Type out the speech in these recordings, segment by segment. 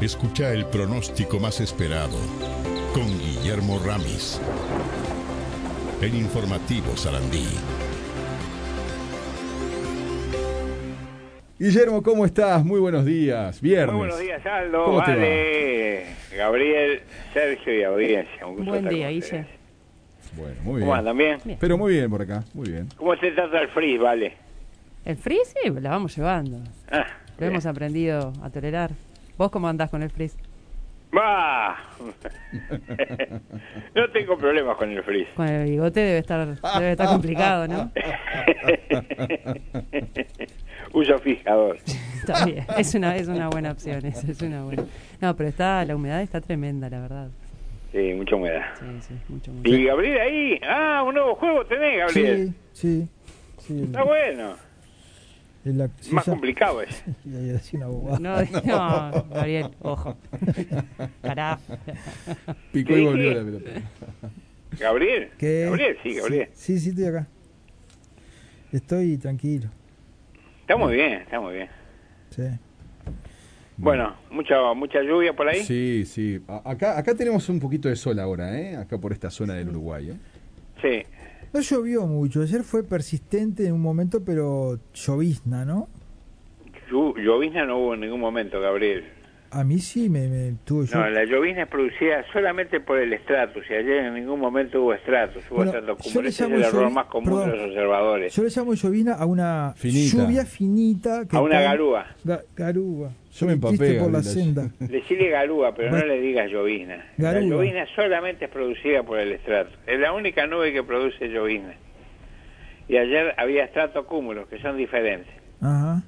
escucha el pronóstico más esperado con Guillermo Ramis. El informativo Sarandí. Guillermo, ¿cómo estás? Muy buenos días. Viernes. Muy buenos días, Aldo. ¿Cómo te vale, Gabriel, Sergio y audiencia. Un gusto Buen estar día, con Guille. ustedes. Bueno, muy ¿Cómo bien. andan? ¿Bien? Bien. Pero muy bien por acá, muy bien. ¿Cómo se trata el frizz, vale? El frizz, sí, la vamos llevando. Ah, Lo hemos aprendido a tolerar. ¿Vos cómo andás con el frizz? ¡Bah! no tengo problemas con el frizz. Con el bigote debe estar, debe estar complicado, ¿no? Uso fijador. Está bien. Es una, es una buena opción, es, es una buena. No, pero está, la humedad está tremenda, la verdad. Sí, mucha humedad. Sí, sí, mucho, mucho. Y Gabriel ahí. Ah, un nuevo juego tenés, Gabriel. Sí, sí. sí el- Está bueno. el ac- sí, Más ya- complicado es. y ahí decía una bobada. No, no, Gabriel, ojo. Pará. Picó y volvió la pelota. Gabriel. ¿Qué? Gabriel, sí, Gabriel. Sí, sí, estoy acá. Estoy tranquilo. Está muy bien, está muy bien. Sí. Bueno, mucha, mucha lluvia por ahí. Sí, sí. A- Acá, acá tenemos un poquito de sol ahora, ¿eh? Acá por esta zona del Uruguay, ¿eh? sí. No llovió mucho. Ayer fue persistente en un momento, pero llovizna, ¿no? Llu- Llovizna no hubo en ningún momento, Gabriel. A mí sí me, me tuvo No, llovizna. la llovizna es producida solamente por el estratus y ayer en ningún momento hubo estratus, hubo Bueno, estrato yo cumbre. Ese le es llamo el error llovi- más común de perdón. los observadores. Yo le llamo llovina a una Finita. lluvia finita. Que A una cae- garúa. Ga- garúa. Yo me empapé, Triste por la Gabriela. senda. Decirle garúa, pero no Bueno. le digas llovizna. La Garúa. llovizna solamente es producida por el estrato. Es la única nube que produce llovizna. Y ayer había estrato cúmulos que son diferentes, Ajá.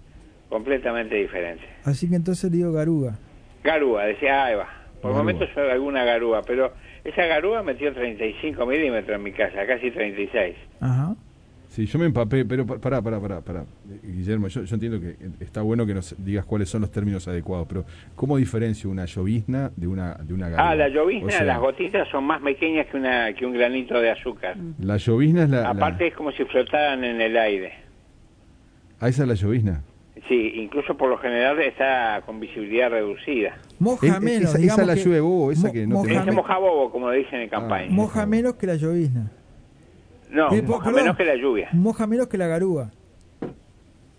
completamente diferentes. Así que entonces le digo garúa. Garúa, decía Eva. Por Garúa. momentos fue alguna garúa, pero esa garúa metió 35 milímetros en mi casa, casi 36. Ajá. Sí, yo me empapé, pero pa- pará, pará, pará, pará. Eh, Guillermo, yo, yo entiendo que eh, está bueno que nos digas cuáles son los términos adecuados, pero ¿cómo diferencio una llovizna de una, de una garúa? Ah, la O llovizna, sea, las gotitas son más pequeñas que, una, que un granito de azúcar. Mm. La llovizna es la... la- Aparte es como si flotaran en el aire. Ah, esa es la llovizna. Sí, incluso por lo general está con visibilidad reducida. Es- Moja es- menos. esa- digamos esa la que- llueve vos, esa mo- que no te- Ah, moja Ese Mohamed. menos. mojabobo, como dicen en campaña. Ah, Moja menos que la llovizna. no, Eh, moja perdón. menos que la lluvia. Moja menos que la garúa.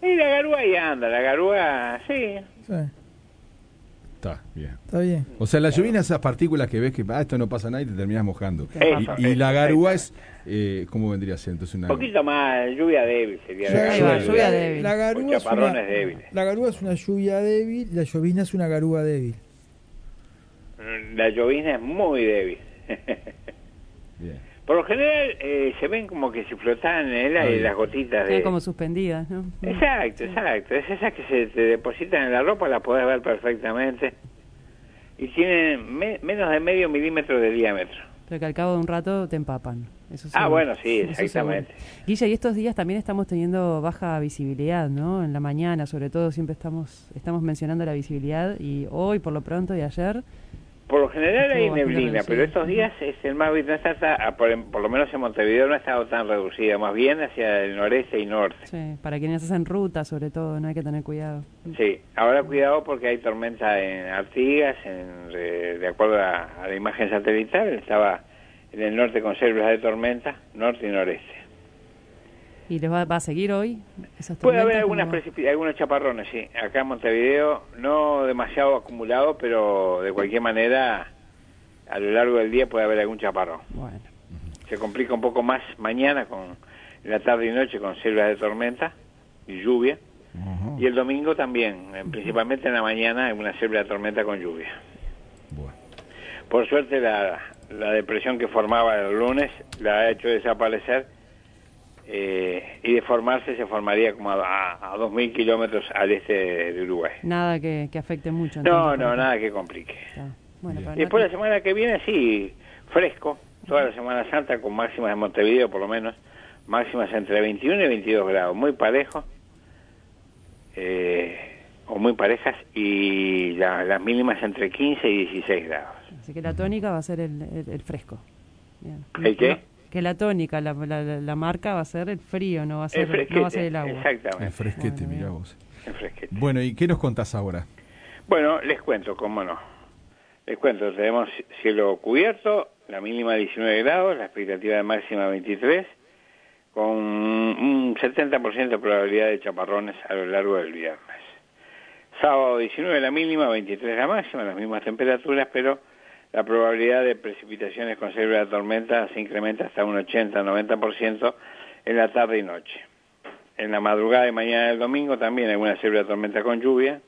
Y la garúa ahí anda, la garúa, sí. Sí, Está, bien. está bien. O sea, la llovizna es esas partículas que ves que, ah, esto no pasa nada y te terminas mojando. Eso, Y, y la eso, garúa es, eh, ¿cómo vendría a ser? Entonces una... Un poquito más, lluvia débil sería la Ahí va, garúa. lluvia débil. La Con garúa, es una, chaparrones débiles. la garúa es una lluvia débil, la llovizna es una garúa débil. La llovizna es muy débil. Bien. Por lo general eh, se ven como que si flotaran en el aire Ahí. las gotitas de... Están como suspendidas, ¿no? Exacto, exacto. Es esas que se te depositan en la ropa, las podés ver perfectamente. Y tienen me- menos de medio milímetro de diámetro. Pero que al cabo de un rato te empapan. Eso Ah, seguro. bueno, sí, Eso exactamente. seguro. Guille, y estos días también estamos teniendo baja visibilidad, ¿no? En la mañana, sobre todo, siempre estamos estamos mencionando la visibilidad. Y hoy, por lo pronto, y ayer, Por lo general hay Estuvo bastante neblina, reducido. pero estos días es el mar no está, tan- ah, por, por lo menos en Montevideo no ha estado tan reducida, más bien hacia el noreste y norte. sí, para quienes hacen ruta, sobre todo, no hay que tener cuidado. Sí, ahora cuidado porque hay tormenta en Artigas, en, eh, de acuerdo a, a la imagen satelital, estaba en el norte con selvas de tormenta, norte y noreste. ¿Y les va, va a seguir hoy? esas Puede haber tormentas, cómo algunas va? precipi- algunos chaparrones, sí. Acá en Montevideo, no demasiado acumulado, pero de cualquier manera, a lo largo del día puede haber algún chaparrón. Bueno, Se complica un poco más mañana, con en la tarde y noche, con selvas de tormenta y lluvia. Ajá. Y el domingo también, eh, principalmente en la mañana, una selva de tormenta con lluvia. Bueno. Por suerte, la, la depresión que formaba el lunes la ha hecho desaparecer eh, y de formarse se formaría como a, a, a 2.000 kilómetros al este de, de Uruguay. nada que, que afecte mucho. No, entonces, no, por- nada Eh, que complique. Está. Bueno, Bien. para no- Después la semana que viene sí, fresco, toda la Semana Santa con máximas en Montevideo por lo menos, máximas entre 21 y 22 grados, muy parejos, eh, o muy parejas, y la- las mínimas entre 15 y 16 grados. Así que la tónica va a ser el, el- el fresco. Bien. ¿El qué? No, que la tónica, la, la- la- la marca va a ser el frío, no va a ser, Es fresquete, no va a ser el agua. El Exactamente, fresquete, Bueno, mirá bien. vos. es fresquete. Bueno, ¿y qué nos contás ahora? Bueno, les cuento, cómo no. Les cuento, tenemos cielo cubierto, la mínima 19 grados, la expectativa de máxima 23, con un 70% de probabilidad de chaparrones a lo largo del viernes. Sábado 19 la mínima, 23 la máxima, las mismas temperaturas, pero la probabilidad de precipitaciones con célula de tormenta se incrementa hasta un 80-90% en la tarde y noche. En la madrugada y mañana del domingo también alguna célula de tormenta con lluvia,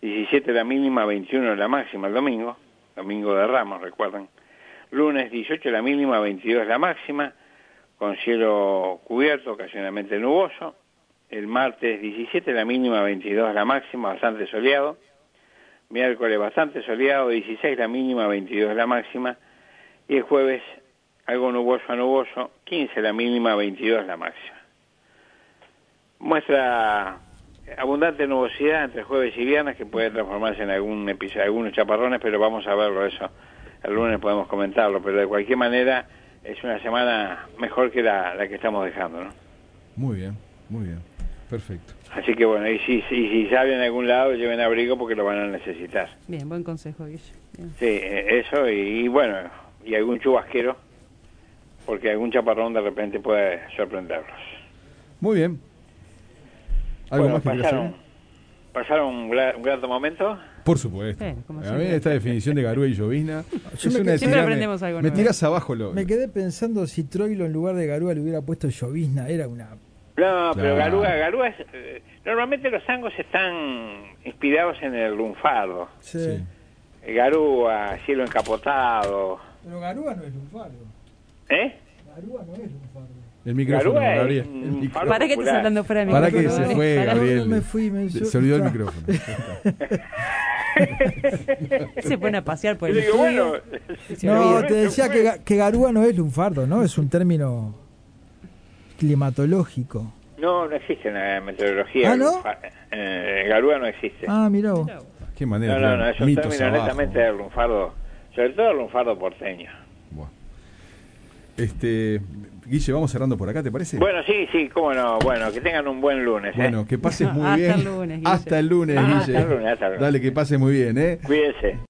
17 la mínima, 21 la máxima el domingo, domingo de Ramos, recuerdan. Lunes 18 la mínima, 22 la máxima, con cielo cubierto, ocasionalmente nuboso. El martes 17 la mínima, 22 la máxima, bastante soleado. Miércoles bastante soleado, 16 la mínima, 22 la máxima. Y el jueves algo nuboso a nuboso, 15 la mínima, 22 la máxima. Muestra abundante nubosidad entre jueves y viernes que puede transformarse en algún episodio, algunos chaparrones, pero vamos a verlo eso. El lunes podemos comentarlo, pero de cualquier manera es una semana mejor que la, la que estamos dejando, ¿no? Muy bien, muy bien. Perfecto. Así que bueno, y si, si, si salen a algún lado, lleven abrigo porque lo van a necesitar. Bien, buen consejo, Guille. Bien. Sí, eh, eso y, y bueno, y algún chubasquero, porque algún chaparrón de repente puede sorprenderlos. Muy bien. ¿Algo Bueno, más que quieras pasaron, saber? pasaron un, gra- un grato momento. Por supuesto. Bueno, como a mí siempre. esta definición de Garúa y Llovina es Yo me una quedé- Siempre tirame- aprendemos algo Me nuevo. tirás abajo lo. Me quedé pensando si Troilo en lugar de Garúa le hubiera puesto llovizna, era una... No, pero Claro. Garúa, Garúa es, eh, normalmente los tangos están inspirados en el lunfardo. Sí. Sí. Garúa, cielo encapotado. Pero Garúa no es lunfardo. ¿Eh? Garúa no es lunfardo. El micrófono, Garúa es Gabriel. un El mic- faro- Para que estés popular. hablando fuera de ¿eh? mi Pará que No, se no, fue, no, no, Gabriel. me fui, me- se olvidó el Ah. micrófono. Se pone a pasear por Pues Yo el digo, estudio bueno, y se No, olvida. te decía que, ga- que Garúa no es lunfardo, ¿no? Es un término climatológico. no, no existe en la meteorología. ¿Ah, no? Eh, Garúa no existe. Ah, mira vos. Qué manera. no, de no, no, tirar es un mitos término abajo. netamente del lunfardo, sobre todo el lunfardo porteño. Buah. Este, Guille, vamos cerrando por acá, ¿te parece? Bueno, sí, sí, cómo no. Bueno, que tengan un buen lunes. ¿eh? Bueno, que pases muy Hasta bien. el lunes, Guille. hasta el lunes, Ah, Guille. hasta el lunes, hasta el lunes. Dale, que pases muy bien, ¿eh? Cuídense.